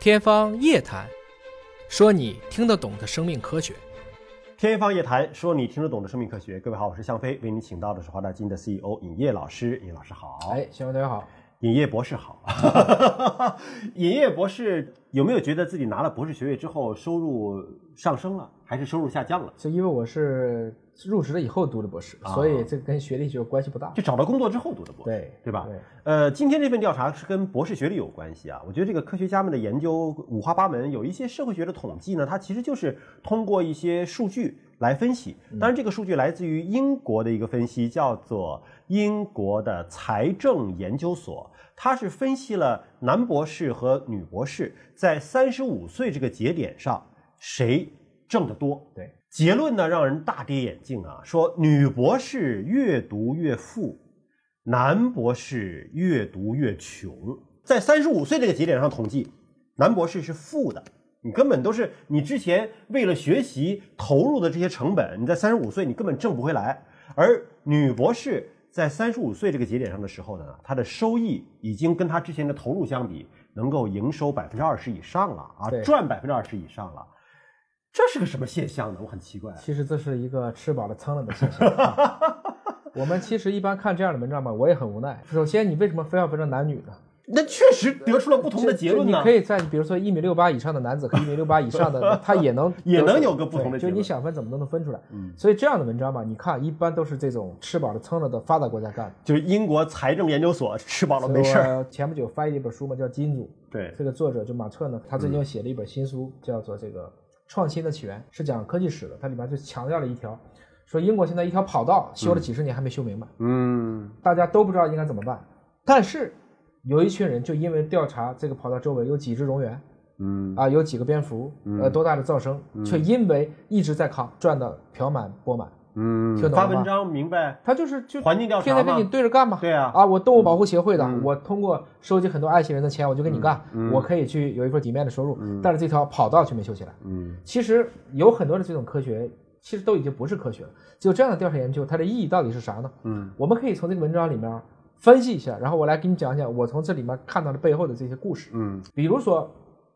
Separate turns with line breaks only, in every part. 天方夜谭，说你听得懂的生命科学。
天方夜谭，说你听得懂的生命科学。各位好，我是向飞，为您请到的是华大基因的 CEO 尹烨老师。尹老师好，
哎，小大家好。
尹烨博士好。 尹烨博士有没有觉得自己拿了博士学位之后收入上升了，还是收入下降了？
就因为我是入职了以后读的博士，
啊
所以这个跟学历就关系不大
就。找到工作之后读的博士，
对
对吧？
对
呃，今天这份调查是跟博士学历有关系啊。我觉得这个科学家们的研究五花八门，有一些社会学的统计呢，它其实就是通过一些数据来分析。当然，这个数据来自于英国的一个分析，叫做英国的财政研究所，它是分析了男博士和女博士在三十五岁这个节点上谁挣得多。
对，
结论呢让人大跌眼镜啊，说女博士越读越富，男博士越读越穷。在三十五岁这个节点上统计，男博士是负的，你根本都是你之前为了学习投入的这些成本，你在三十五岁你根本挣不回来。而女博士在三十五岁这个节点上的时候呢，她的收益已经跟她之前的投入相比，能够营收百分之二十以上了啊，
对
赚百分之二十以上了。这是个什么现象呢？我很奇怪。啊
其实这是一个吃饱了撑了的 现象。啊我们其实一般看这样的文章吧，我也很无奈。首先，你为什么非要分成男女呢？
那确实得出了不同的结论
就
呢。
你可以在比如说一米六八以上的男子和一米六八以上的，他也能
也能有个不同的
对
结
就
论嗯
你想分怎么都能分出来。所以这样的文章吧，你看一般都是这种吃饱了撑了的发达国家干的。
就是英国财政研究所 吃饱了没事儿。
儿。前不久翻译了一本书嘛，叫《金主》。
对
这个作者就马彻呢，他最
嗯
近又写了一本新书，叫做《这个创新的起源》，是讲科技史的。它里面就强调了一条，说英国现在一条跑道修了几十年还没修明白，
嗯，
大家都不知道应该怎么办。但是有一群人就因为调查这个跑道周围有几只蝾螈，
嗯，
啊，有几个蝙蝠，呃，多大的噪声，却因为一直在扛，赚的瓢满钵满。
嗯
听懂了
发
吗
文章明白。
他就是就
环境调查
天天跟
嘛
你对着干嘛？
对啊
啊，我动物保护协会的，我通过收集很多爱心人的钱，我就跟你干，我可以去有一份底面的收入，但是这条跑道却没修起来。
嗯，
其实有很多的这种科学，其实都已经不是科学了。就这样的调查研究，它的意义到底是啥呢？
嗯，
我们可以从这个文章里面分析一下，然后我来给你讲一讲我从这里面看到的背后的这些故事。
嗯
比如说，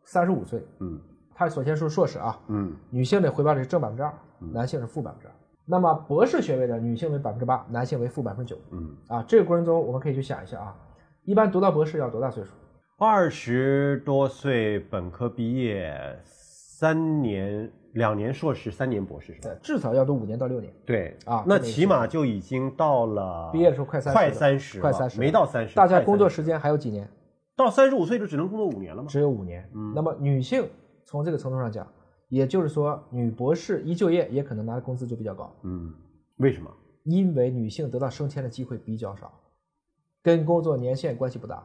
三十五岁，
嗯
他首先说硕士啊，
嗯
女性的回报率是正百分之二，男性是负百分之二。那么博士学位的女性为百分之八，男性为负百分之九。
嗯，
啊，这个过程中我们可以去想一下啊，一般读到博士要多大岁数？
二十多岁本科毕业，三年两年硕士，三年博士是吧？
呃，至少要读五年到六年。
对
啊
那
这个
起码就已经到了
毕业的时候快30
快
了
三十了，
快30了
没到三十，
大家
快
工作
30
时间还有几年？
到三十五岁就只能工作五年了吗？
只有五年。
嗯
那么女性从这个程度上讲，也就是说，女博士一就业也可能拿的工资就比较高，
嗯，为什么？
因为女性得到升迁的机会比较少，跟工作年限关系不大。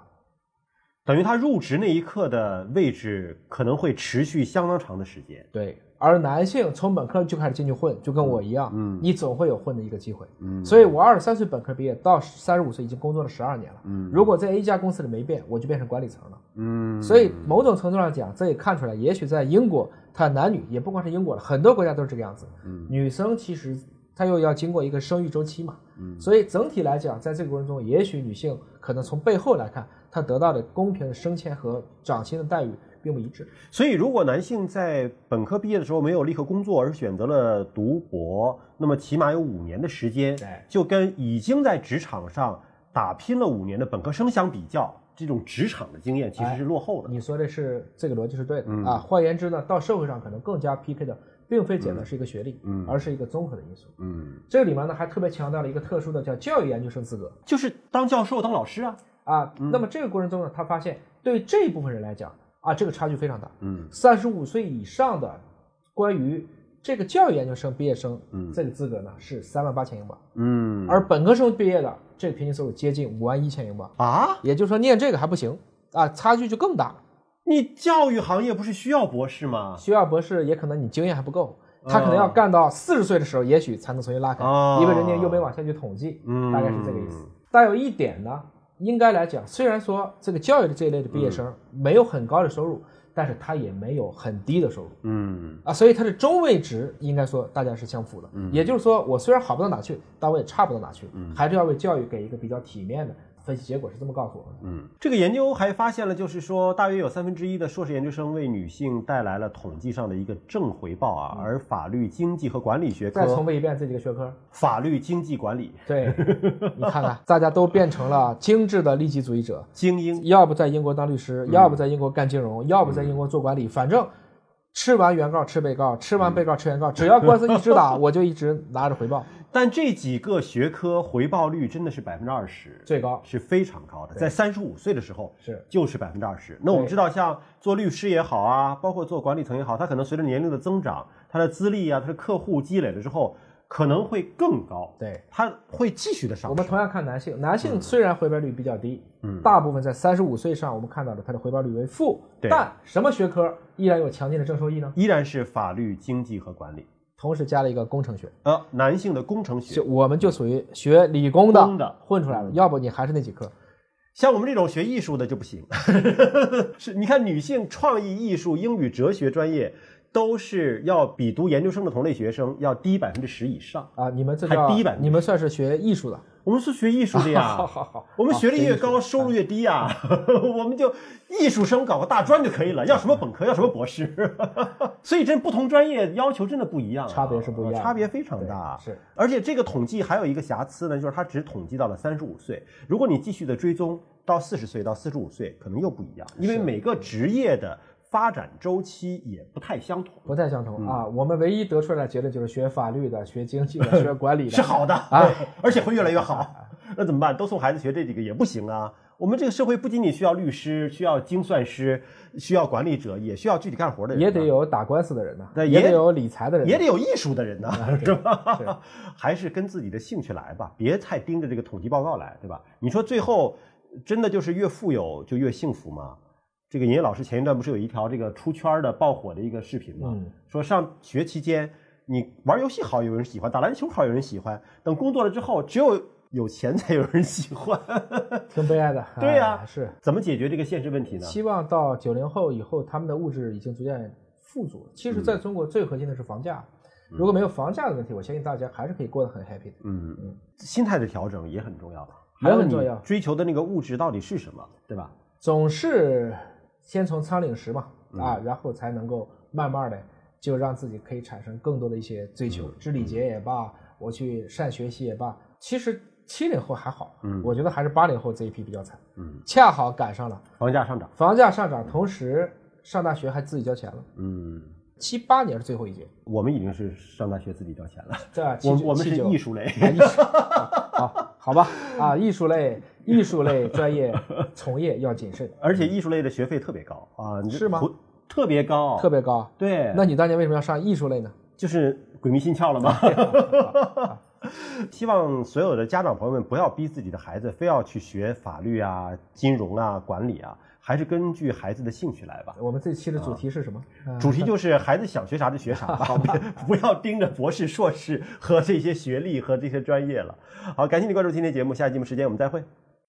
等于他入职那一刻的位置可能会持续相当长的时间。
对，而男性从本科就开始进去混，就跟我一样，
嗯
你总会有混的一个机会。
嗯
所以我二十三岁本科毕业，到三十五岁已经工作了十二年了。
嗯
如果在一家公司里没变，我就变成管理层了。
嗯
所以某种程度上讲，这也看出来，也许在英国，它男女也不光是英国了，很多国家都是这个样子。
嗯
女生其实她又要经过一个生育周期嘛，
嗯
所以整体来讲，在这个过程中，也许女性可能从背后来看，她得到的公平的升迁和涨薪的待遇并不一致。
所以如果男性在本科毕业的时候没有立刻工作，而是选择了读博，那么起码有五年的时间
对，
就跟已经在职场上打拼了五年的本科生相比较，这种职场的经验其实是落后的。
哎你说的是这个逻辑是对的、
嗯
啊。换言之呢，到社会上可能更加 PK 的，并非简单是一个学历，
嗯
而是一个综合的因素。
嗯，
这里面呢，还特别强调了一个特殊的叫教育研究生资格
就是当教授、当老师啊。
啊。那么这个过程中呢，他发现对这一部分人来讲啊，这个差距非常大。
嗯
三十五岁以上的关于这个教育研究生毕业生，
嗯
这个资格呢是三万八千英镑，
嗯
而本科生毕业的这个平均收入接近五万一千英镑，
啊，
也就是说念这个还不行啊，差距就更大了。
你教育行业不是需要博士吗？
需要博士也可能你经验还不够，他可能要干到四十岁的时候，也许才能重新拉开，
哦
因为人家又没往下去统计，
嗯
大概是这个意思。但有一点呢，应该来讲，虽然说这个教育的这一类的毕业生
嗯
没有很高的收入，但是他也没有很低的收入。
嗯
啊，所以它的中位值应该说大家是相符
嗯
的，也就是说，我虽然好不到哪去，但我也差不到哪去，还是要为教育给一个比较体面的分析结果是这么告诉我们的。
嗯，这个研究还发现了，就是说，大约有三分之一的硕士研究生为女性带来了统计上的一个正回报啊，而法律、经济和管理学
嗯再重
科，
复一遍这几个学科，
法律、经济管理
对你看看，大家都变成了精致的利己主义者，
精英，
要不在英国当律
嗯
师，要不在英国干金融，要不在英国做管理，反正吃完原告吃被告，吃
嗯
完被告吃原告，只要官司一直 打，我就一直拿着回报
但这几个学科回报率真的是百分之二十，
最高。
是非常高的，在三十五岁的时候
是
就是百分之二十。那我们知道，像做律师也好啊，包括做管理层也好，他可能随着年龄的增长，他的资历啊，他的客户积累了之后，可能会更高，
对，
他会继续的上
我
升。
们同样看男性，男性虽然回报率比较低，
嗯
大部分在三十五岁上，我们看到了它的回报率为负，
对
但什么学科依然有强劲的正收益呢？
依然是法律、经济和管理。
同时加了一个工程学，
呃，男性的工程学
就，我们就属于学理工的
工的嗯
混出来的，要不你还是那几科。
像我们这种学艺术的就不行。 是，你看女性创意、艺术、英语、哲学专业，都是要比读研究生的同类学生要低百分之十以上。
啊，你们这
还
叫
低百分之
你们算是学艺术的，
我们是学艺术的呀，
好好好，
我们
好
学历越
艺术
高，收入越低啊！ 我们就艺术生搞个大专就可以了，要什么本科，要什么博士。 所以这不同专业要求真的不一样啊、
差别是不一样的
差别非常大。啊
对是，
而且这个统计还有一个瑕疵呢，就是它只统计到了三十五岁。如果你继续的追踪到四十岁到四十五岁，可能又不一样，因为每个职业的发展周期也不太相同，
不太相同、
嗯
啊。我们唯一得出来的结论就是学法律的、学经济 的、学管理的
是好的
啊，
对而且会越来越好。 那怎么办？都送孩子学这几个也不行啊。我们这个社会不仅仅需要律师，需要精算师，需要管理者，也需要具体干活的人、
也得，有打官司的人呐、
对
也
也
得有理财的人呐，
也得有艺术的人呢、 是
啊是
吧？还是跟自己的兴趣来吧，别太盯着这个统计报告来，对吧？你说最后真的就是越富有就越幸福吗？这个尹烨老师前一段不是有一条这个出圈的爆火的一个视频吗？
嗯
说上学期间你玩游戏好有人喜欢，打篮球好有人喜欢，等工作了之后只有有钱才有人喜欢。
挺悲哀的。
对呀
哎是
怎么解决这个现实问题呢？
希望到九零后以后，他们的物质已经逐渐富足了。其实，
嗯
在中国最核心的是房价，如果没有房价的问题，我相信大家还是可以过得很 happy 的。
嗯，心态的调整也很重要吧。
还
有
很
你
重要
追求的那个物质到底是什么，对吧？
总是先从仓廪实嘛，
嗯
啊，然后才能够慢慢的就让自己可以产生更多的一些追求，
嗯
知礼节也罢，我去善学习也罢。其实七零后还好，
嗯
我觉得还是八零后这一批比较惨，
嗯，
恰好赶上了
房价上涨，
房价上涨，同时上大学还自己交钱了。
嗯，
七八年是最后一届，
我们已经是上大学自己交钱了，
对吧？
我
79
我们是
79
艺术类，
啊艺术，好，好吧，啊，艺术类艺术类专 业从业要谨慎，
而且艺术类的学费特别高啊，你这
是吗
不？特别高，
特别高。
对，
那你当年为什么要上艺术类呢？
就是鬼迷心窍了吗？ 希望所有的家长朋友们不要逼自己的孩子非要去学法律啊、金融啊、管理啊，还是根据孩子的兴趣来吧。
我们这期的主题是什么？啊
主题就是孩子想学啥就学啥吧，不要盯着博士、硕士和这些学历和这些专业了。好，感谢你关注今天节目，下期节目时间我们再会。